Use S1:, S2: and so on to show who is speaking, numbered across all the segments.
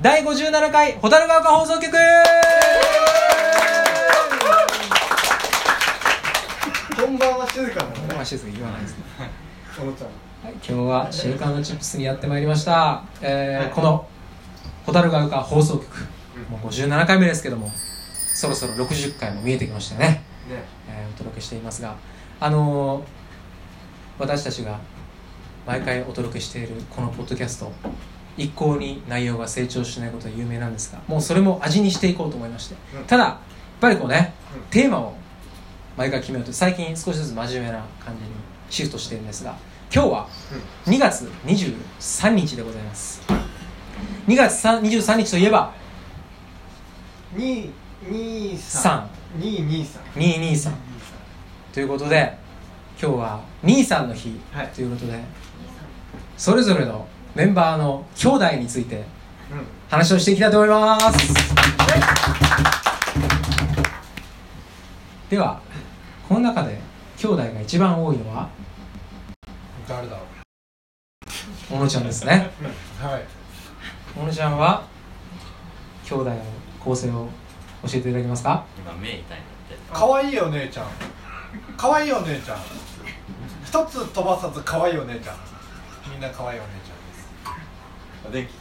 S1: 第57回蛍ヶ丘放送局
S2: 本番は静かなのね
S1: まあ静かに言わないですね
S2: 小野ちゃん
S1: はい今日は週刊のチップスにやってまいりました、えー、この蛍ヶ丘放送局もう57回目ですけどもそろそろ60回も見えてきましたね、
S2: ね
S1: えーお届けしていますがあのー私たちが毎回お届けしているこのポッドキャスト一向に内容が成長しないことは有名なんですがもうそれも味にしていこうと思いまして、
S2: うん
S1: ただやっぱりこうね、
S2: うん
S1: テーマを毎回決めると最近少しずつ真面目な感じにシフトしているんですが今日は2月23日でございます2月3 23日といえば
S2: 二二
S1: 三
S2: 三二二三
S1: 223ということで今日は兄さんの日
S2: はい
S1: ということで、それぞれのメンバーの兄弟について
S2: うん
S1: 話をしていきたいと思いますではこの中で兄弟が一番多いのは
S3: 誰だろ
S1: 小野ちゃんですね
S3: うはい
S1: 小野ちゃんは兄弟の構成を教えていただけますか
S4: 今目痛いんだって
S3: 可愛いよ姉ちゃん可愛いよ姉ちゃん一つ飛ばさず可愛いよ姉ちゃんみんな可愛いよ姉ちゃんです
S4: お電気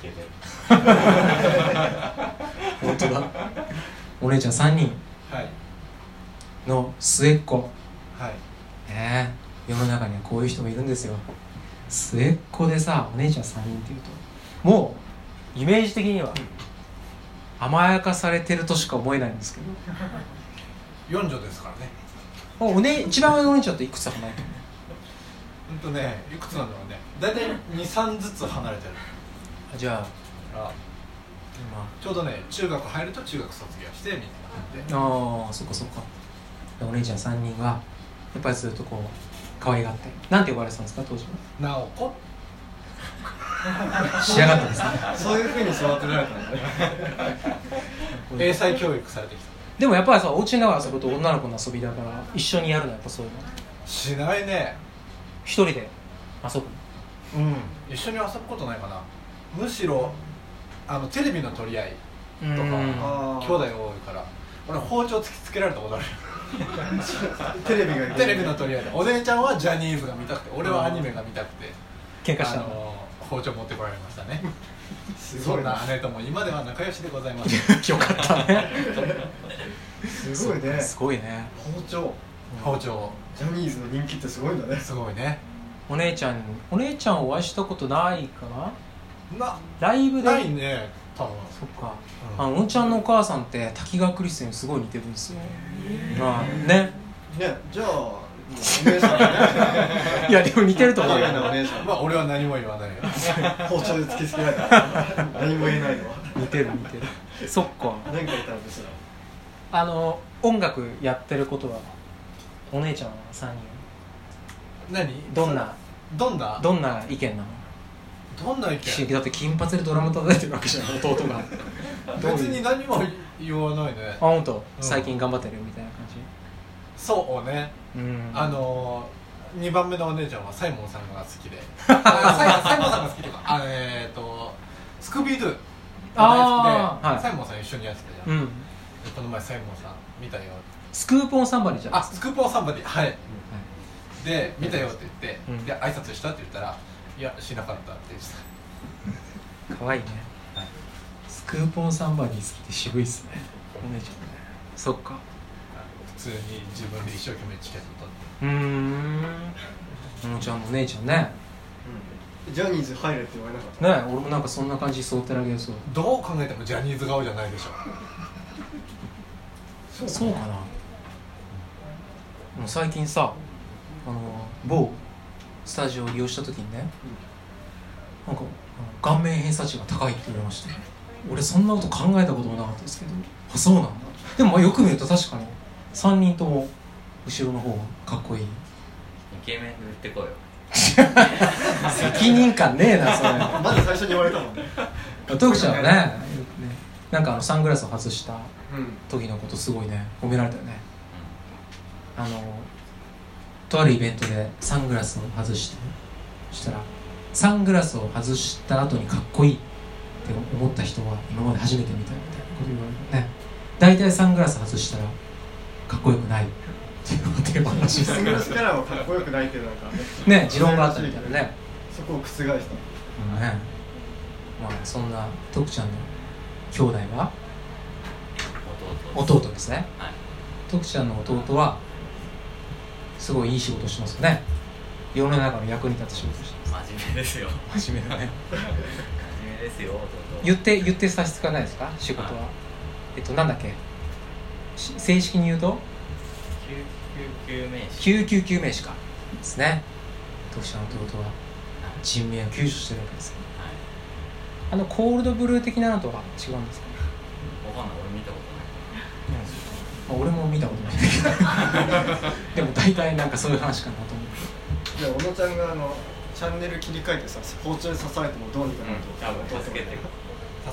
S4: 消えて
S1: 本当だお姉ちゃん3人
S3: はい
S1: の末っ子
S3: はい
S1: ねえ世の中にはこういう人もいるんですよ末っ子でさお姉ちゃん3人っていうともうイメージ的には甘やかされてるとしか思えないんですけ
S3: 四女ですからね
S1: どお、ね、一番上のお姉ちゃんっていくつだかないと思う
S3: うんとねいくつなんだろうね大体23ずつ離れてる
S1: あじゃあ
S3: からちょうどね中学入ると中学卒業してみたいな感じで
S1: 今ああそっかそっかお姉ちゃん3人はやっぱりずっとこう可愛がってなんて呼ばれてたんですか当時
S3: 「なおこ
S1: は仕上がったですね」
S3: そういうふうに育てられたんだね英才教育されてきた
S1: でもやっぱりさお家の中で遊ぶと女の子の遊びだから一緒にやるのやっぱそういうの
S3: しないね
S1: 一人で遊ぶ
S3: うん一緒に遊ぶことないかなむしろあのテレビの取り合い
S1: とか
S3: とか
S2: あー
S3: 兄弟多いから俺包丁突きつけられた ことある
S2: テレビが
S3: テレビの取り合いでお姉ちゃんはジャニーズが見たくて俺はアニメが見たくて
S1: 喧嘩し
S3: あ
S1: たの
S3: の包丁持ってこられましたね
S2: す
S3: そ
S2: ごい
S3: ん
S2: な
S3: な姉とも今では仲良しでございます
S1: よかったね
S2: すごいね
S1: すごいね
S2: 包丁
S3: 包丁
S2: ジャニーズの人気ってすごいんだね
S3: すごいね
S1: お姉ちゃんお姉ちゃんお会いしたことないかな
S3: な
S1: ライブで
S3: ないね多分
S1: そっか、
S3: うん
S1: あのおんちゃんのお母さんって滝川クリステンにすごい似てるんですよ、まあね
S2: ねじゃあもうお姉さん ね
S1: いやでも似てると思うよ
S2: いやお姉さん
S3: ま あ俺は何も言わないよ
S2: 包丁で突きつけられた何も言えないのは
S1: 似てる似てるそっか
S2: 何か言ったら別だ
S1: あの音楽やってることはお姉ちゃんは3人
S3: 何
S1: どんな
S3: どんな
S1: どんな意見なの
S3: どんな意見
S1: だって金髪でドラム叩いてるわけじゃん弟がどういう
S3: 別に何も言わないね
S1: あ本当、
S3: ん
S1: 最近頑張ってるみたいな感じ
S3: そうね
S1: うん
S3: あのー、2番目のお姉ちゃんはサイモンさんが好 きであサイサイモンさんが好きとかあえっ、とスクービードゥが大好きで、
S1: あーはい
S3: サイモンさん一緒にやってたじゃん、
S1: うん
S3: この前サイモンさん見たよ
S1: スクーポンサンバリーじゃん
S3: あスクーポンサンバディはい、で見たよって言って、
S1: うん
S3: で挨拶したって言ったらいやしなかったって言ってた
S1: 可愛いね、スクーポンサンバリー好きって渋いっすねお姉ちゃんねそっか
S3: 普通に自分で一生懸命チケット取って
S1: うーんおもちゃんのお姉ちゃんねね
S2: ジャニーズ入れって言われなかっ
S1: 俺もなんかそんな感じ想定なげでそう
S3: どう考えてもジャニーズ顔じゃないでしょ
S2: た
S1: そうかなもう最近さあの某スタジオを利用した時にね、なんかあの顔面偏差値が高いって言われました俺そんなこと考えたこともなかったですけどあそうなんだでもまあよく見ると確かに3人とも後ろの方がかっこいい
S4: イケメンで売ってこいよ
S1: 責任感ねえなそれ
S2: まず最初に言われたもんね
S1: 徳ちゃんはねねなんかあのサングラスを外した
S2: うん
S1: 時のことすごいね褒められたよねあのとあるイベントでサングラスを外してそしたらサングラスを外した後にかっこいいってって思った人は今まで初めて見たみたいなこと言われるね大体サングラス外したらかっこよくないっていうのがテーマらしいで
S2: サ
S1: す
S2: ング
S1: ね
S2: ラスキャラはかっこよくないけどなんかね
S1: ね持論があったみたいなね
S2: そこを覆した
S1: うんねまあそんな徳ちゃんの兄弟は
S4: 弟
S1: 弟ですね
S4: はい
S1: 徳ちゃんの弟はすごいいい仕事してますよね世の中の役に立つ仕事して
S4: 真面目ですよ
S1: ます真面目だね
S4: 真面目ですよ弟
S1: 言って言って差し支えないですか仕事は、
S4: は
S1: えっとなんだっけし正式に言うと
S4: 救急名士
S1: 救急救命士かですね徳ちゃんの弟は人命を救助してるわけですよ
S4: はい
S1: あのコールドブルー的なのとは違うんですかね、
S4: わかんない俺見たこと
S1: まあ、俺も見たことないんだけどでも大体なんかそういう話かなと思う
S2: じゃあ小野ちゃんがあのチャンネル切り替えてさ包丁で刺されてもどうにか
S4: な
S2: ないる
S4: 多分助けて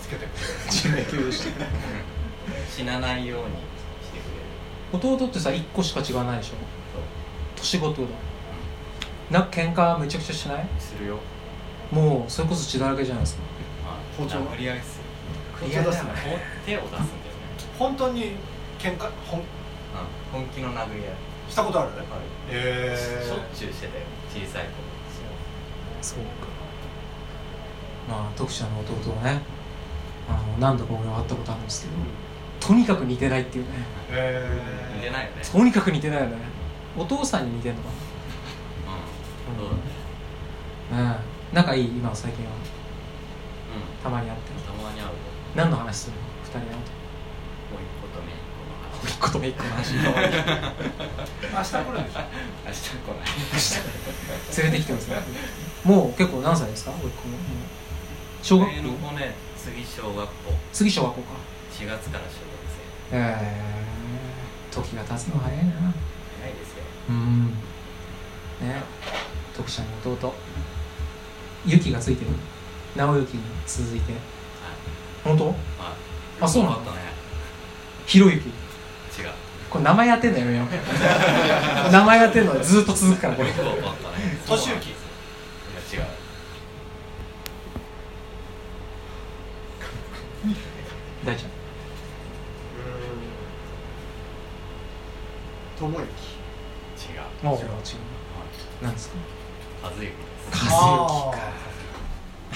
S3: 助けて
S1: 人命救助してる
S4: 死なないようにしてくれる
S1: 弟ってさ1個しか違わないでしょ
S4: そ
S1: 年ごとだなんか喧嘩めちゃくちゃしないう
S4: するよ
S1: もうそれこそ血だらけじゃないですか
S4: はい
S2: 包丁
S4: 殴り合いっする
S2: 包丁出すの
S4: こう手を出すんだよね
S3: 本当に喧嘩ほん
S4: うん本気の殴り合い
S3: したことあるえ
S4: しょっ
S3: え
S4: ちゅうしてたよ小さい頃
S1: そうかまあ徳ちゃんの弟はねあの何度か俺は会ったことあるんですけど、とにかく似てないっていうね
S4: 似て
S3: え
S4: ないよね
S1: とにかく似てないよねお父さんに似てんのか
S4: うんどうだね
S1: なうん仲いい今は最近は
S4: う
S1: たまに会って
S4: んたまに会うよ
S1: 何の話するの二人で会う
S4: こういうことねこの話
S1: と一個とめ一個の話
S3: ー、明日来るんでしょ
S4: 明日来ない
S1: 連れてきて ますねもう結構何歳ですかおいっ子ももう小学校
S4: 上の子ね次小学校
S1: 次小学校か
S4: 4月から小学生
S1: えー、時が経つの早いな
S4: 早いですよ
S1: うんね徳ちゃんの弟ユキがついてる直之に続いて本当
S4: はい
S1: あそうなん
S4: よ
S1: だ
S4: かったね
S1: ひろゆき
S4: 違う
S1: これ名前やってんのやめよ う名前やってんのずっと続くからこれ
S4: よくわかったね
S3: 年行き
S4: いや違う
S1: 大ちゃん
S2: と思いき
S4: 違う
S1: もう違
S4: 違
S1: う
S4: う
S1: 何ですか
S4: 和幸です
S1: 和
S3: あ
S1: 幸か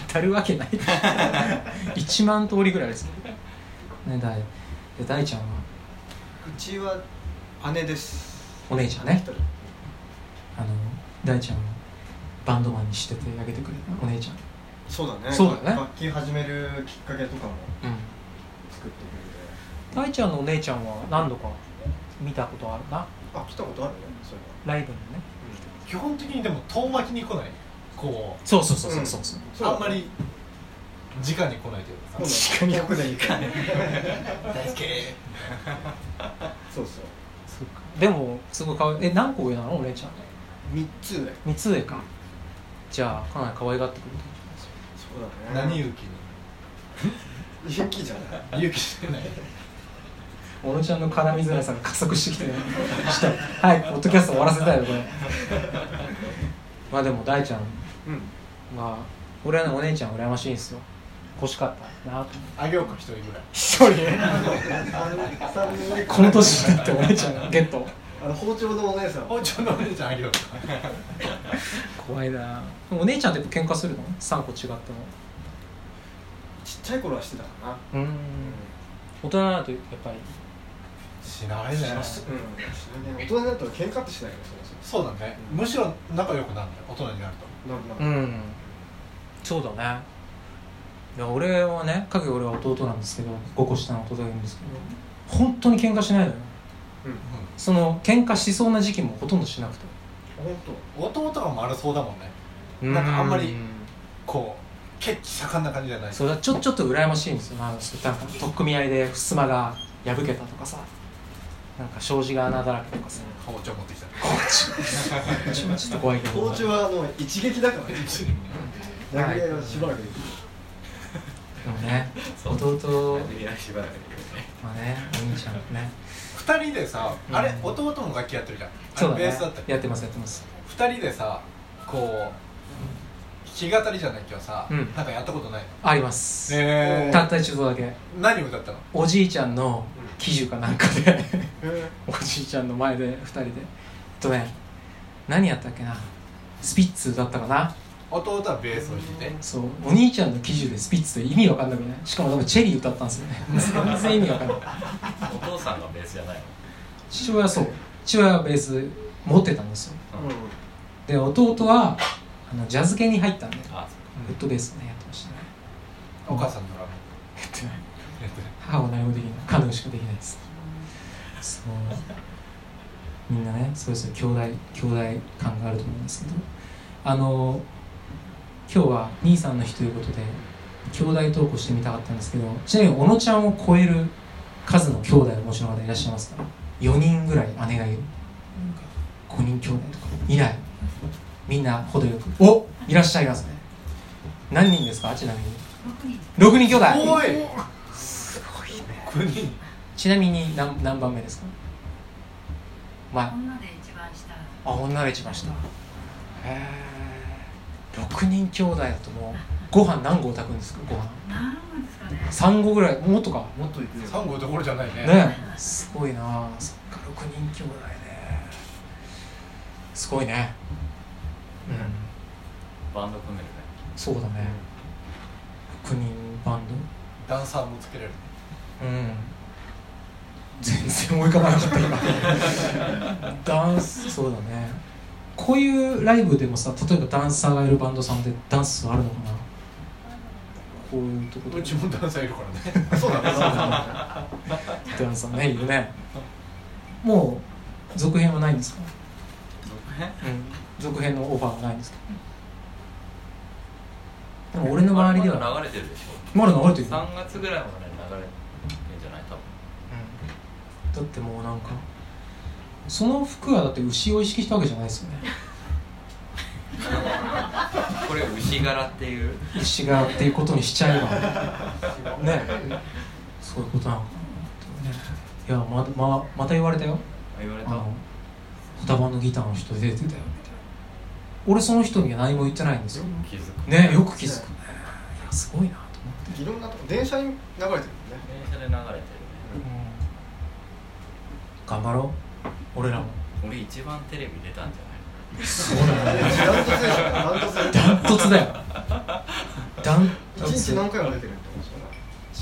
S1: 当たるわ けない1万通りぐらいですねね大で大ちゃんは
S2: うちは姉です
S1: お姉ちゃんね
S2: 一人
S1: あの大ちゃんをバンドマンにしててあげてくれたお姉ちゃん
S2: そうだね
S1: そうだね
S2: 楽器始めるきっかけとかも
S1: うん
S2: 作ってく
S1: 大ちゃんのお姉ちゃんは何度か見たことあるな
S2: れてあ来たことあるねそれは
S1: ライブにね
S3: 基本的にでも遠巻きに来ないこ
S1: そうそう
S2: そうそうそう
S1: そう
S3: うあんまり直に来ないというかさ
S2: 確かに遠くでいいから
S3: 大輔
S2: そうそう
S1: うかでもすごいかわいえ何個上なのお姉ちゃん
S2: 三つだよ
S1: 三つ上かじゃあかなり可愛がってくれてる
S2: そうだね
S3: 何勇
S2: ゆきじゃない
S3: 気に勇気してない
S1: 小野ちゃんの絡みづらさが加速してきてるちょっと早くポッドキャスト終わらせたいよこれまあでも大ちゃん
S2: うん
S1: は俺はねお姉ちゃん羨ましいんですよ欲しかったなと
S3: あげようか一人ぐらい
S1: 一人
S2: あの三人目
S1: この年になってお姉ちゃんがゲット
S2: あの包丁のお姉さん
S3: 包丁のお姉ちゃんあげようか
S1: 怖いなお姉ちゃんってやっぱ喧嘩するの3個違っても
S2: ちっちゃい頃はしてたかな
S1: うん大人になるとやっぱり
S3: しない
S2: うん
S3: ね
S2: しなしうん大人になったら喧嘩ってしないよねそもそ
S3: そうだねむしろ仲良くなるんだよ大人になると
S2: もなんかなんか
S1: んそうだねいや俺はねかけ俺は弟なんですけど5個下の弟がいるんですけど本当に喧嘩しないのよその喧嘩しそうな時期もほとんどしなくて
S2: 本
S3: うん弟がもあるそうだもんね
S1: な
S3: なんかあんまりこう血気盛んな感じじゃない
S1: そうだちょちょっと羨ましいんですよあのなんか取っ組み合いで襖が破けたとかさなんか障子が穴だらけとかさ
S3: 包丁持ってきた
S1: ちょっと怖いけど
S2: 当包丁はもう一撃だからね
S1: は
S2: 殴
S1: い
S2: り合いはしばらくできる
S1: でもね
S4: そう
S1: 弟
S4: 殴り合いしばらくできるね
S1: まあね、お兄ちゃんね。
S3: 二人でさ
S1: うん
S3: あれ弟も楽器やってるじゃんあれ
S1: そうだね。
S3: ベースだったっけ
S1: やってますやってます。
S3: 二人でさこう弾弾き語りじゃないけどさ、
S1: うん
S3: なんかやったことないの
S1: あります、
S3: え
S1: たった一度だけ
S3: 何歌ったの
S1: おじいちゃんの喜寿かなんかで
S2: え
S1: おじいちゃんの前で2人でえっとね何やったっけなスピッツだったかな
S3: 弟はベースを弾いて
S1: そうお兄ちゃんの喜寿でスピッツって意味わかんなくないしかも多分チェリー歌ったんですよね全然意味わかんない
S4: お父さんがベースじゃないの
S1: 父親はそう父親はベース持ってたんですよ
S2: ー
S4: うん
S2: う
S1: で弟はあのジャズ系に入ったんで
S4: あ
S1: フットベースねやってましたね
S3: お母さんのドラム
S1: やってない
S3: やってる
S1: 母は何もできない彼女しかできないですそうみんなねそれぞれ兄弟兄弟感があると思うんですけどあの今日は兄さんの日ということで兄弟投稿してみたかったんですけどちなみに小野ちゃんを超える数の兄弟をお持ちの方いらっしゃいますか4人ぐらい姉がいる5人兄弟とかいないみんな程よくおいらっしゃいますね何人ですかちなみに6人兄弟
S3: おいすごいね国
S1: ちなみに何何番目ですか前あ
S5: 女で一番下
S1: 女が一番下へえ6人兄弟だともうご飯何合炊くんですかご飯
S5: 何なんですかね
S1: 3合ぐらいもっとか
S2: もっといくよ
S3: 3号どころじゃないね
S1: ねえすごいなそっか6人兄弟ねすごいねうん
S4: バンド組めるね
S1: そうだね6人バン
S3: ダンサーもつけれる
S1: ドうん全然追いかばなかった今ダンスそうだねこういうライブでもさ例えばダンサーがいるバンドさんでダンスあるのかなこういうとこ
S3: う
S1: で
S3: ちもダンサーいるからね そうだね
S1: ダンサーねいるねもう続編はないんですか、
S2: 続編
S1: うん、続編のオファーはないんですかでも俺の周りで
S4: あれま
S1: は
S4: だ流れてるでしょ
S1: まだ流れてるよ
S4: 3月ぐらいまで流れてるんじゃない多分
S1: うんだってもうなんかその服はだって牛を意識したわけじゃないですよね
S4: これ牛柄っていう
S1: 牛がっていうことにしちゃえばねそういうことなのかなねいやまままた言われたよ
S4: あ言われ
S1: あ
S4: た
S1: の双葉のギターの人出てたよみたいな俺その人には何も言ってないんですよ
S4: 気づく
S1: ねよく気づくねいやすごいなと思って
S2: いろんなとこ電車に流れてるもんね
S4: 電車で流れてるね
S1: 頑張ろう俺らも
S4: 俺一番テレビ出たんじゃ
S1: そうだね
S2: ダントツでしょダントツ で
S1: ダントツだよダント
S2: 一
S1: ツ
S2: 日何回も出てるってことで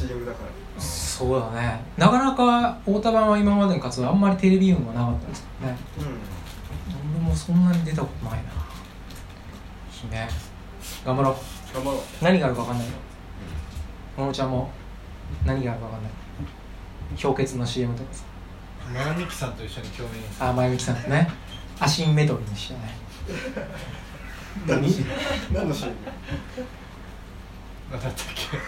S2: しょ CM だから
S1: そうだねなかなか太田版は今までの活動あんまりテレビ運はなかったですね
S2: う
S1: 俺もそんなに出たことないなひね頑張ろうん
S2: 頑張ろう
S1: 何があるか分かんないよももちゃんも何があるか分かんない氷結の CM とかさ
S3: 村美樹さんと一緒に共演
S1: あ前向きさんとねアシンメトリーにしようね
S2: 何の CM 何の CM
S3: なんだったっけ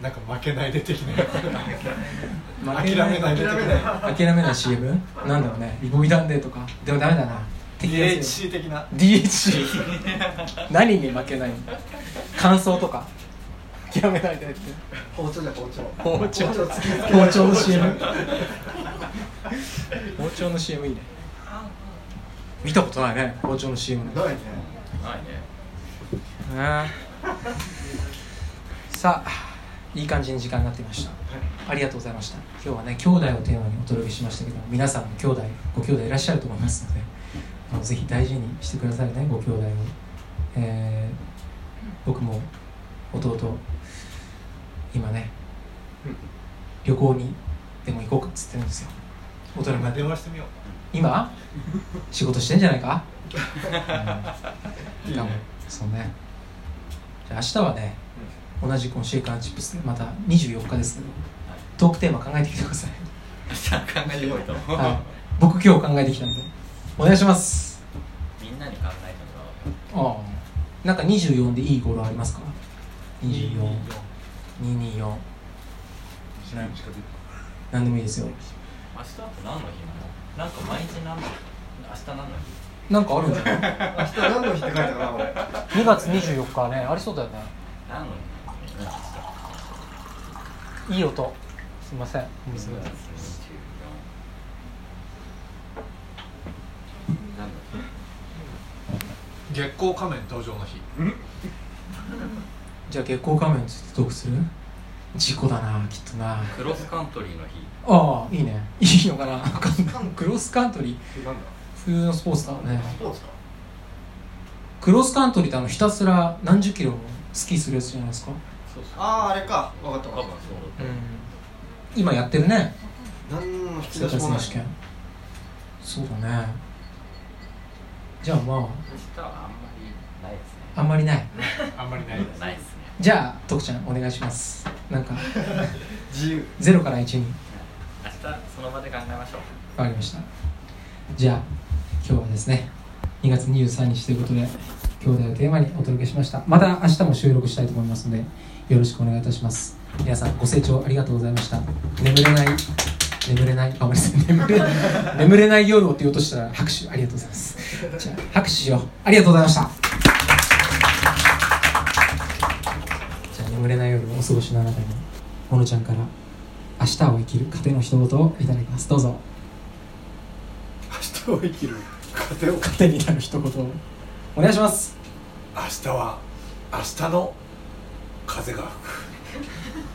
S3: なんか負けないで的な
S1: 負け
S3: 諦めないで的
S2: 諦め
S3: な
S2: ない
S1: 諦めない CM なんだろうねリボビダンデーとかでもダメだな敵が強い
S3: DHC 的な
S1: DH 何に負けないの感想とか諦めないでって
S2: 包丁じゃ包丁
S1: 包丁
S2: 包丁突きつけ
S1: 包丁の CM 包丁の CM いいね見たことないね包丁の CM ね
S2: ないね
S4: ないないね
S1: さあいい感じに時間になってきましたありがとうございました今日はね兄弟をテーマにお届けしましたけども皆さんも兄弟ご兄弟いらっしゃると思いますのであのぜひ大事にしてくださいねご兄弟を、えー僕も弟今ね旅行にでも行こうかっつってるんですよ大人になって
S3: 電話してみよう
S1: 今仕事してんじゃないか、うん、
S2: いいね
S1: 多分そうねじゃあ明日はね、同じこのシェイカーチップスでまた24日ですけどトークテーマ考えてきてください、
S4: 明日考えてこいと思う、
S1: はい、僕今日考えてきたんでお願いします
S4: みんなに考えてもらおうよ
S1: ああなんか24でいい語呂ありますか24224何でもいいですよ
S4: 明日って何の日なのなんか毎日何の日明日何の
S1: なんかあるんじゃない
S2: 明日何の日って書いてたかな俺
S1: 2月24日はねありそうだよね
S4: 日何の日なの
S1: いい音すいません水
S4: 何の日何の日
S3: 月光仮面登場の日
S1: じゃあ月光仮面についてトークする事故だなきっとな
S4: クロスカントリーの日
S1: ああいいねいいのかなわかんないクロスカントリー
S2: なんだ
S1: 冬のスポーツだろうね
S2: スポーツか
S1: クロスカントリーってあのひたすら何十キロスキーするやつじゃないですか
S4: そうそう
S2: あああれか分かった
S4: 多
S2: 分
S4: 分
S2: かっ
S4: そううん
S1: 今やってるね
S2: た何の引き
S1: 世
S2: 出
S1: 界
S2: しも
S1: 選
S2: ない
S1: 手権そうだねじゃあま
S4: 明日はあんまりないですね
S1: ああんまりない
S3: あんまりないです
S4: ないですね
S1: じゃあ徳ちゃんお願いしますなんか
S2: 自由
S1: 0から1に
S4: 明日その場で考えましょう
S1: わかりましたじゃあ今日はですね2月23日ということで兄弟をテーマにお届けしましたまた明日も収録したいと思いますのでよろしくお願いいたします皆さんご清聴ありがとうございました眠れない眠れないあごめんなさい眠れ眠れない夜をって言おうとしたら拍手ありがとうございますじゃあ拍手しようありがとうございましたじゃあ眠れない夜をお過ごしのあなたに小野ちゃんから明日を生きる糧の一言をいただきますどうぞ
S3: 明日を生きる糧を
S1: 糧になる一言をお願いします
S3: 明日は明日の風が吹く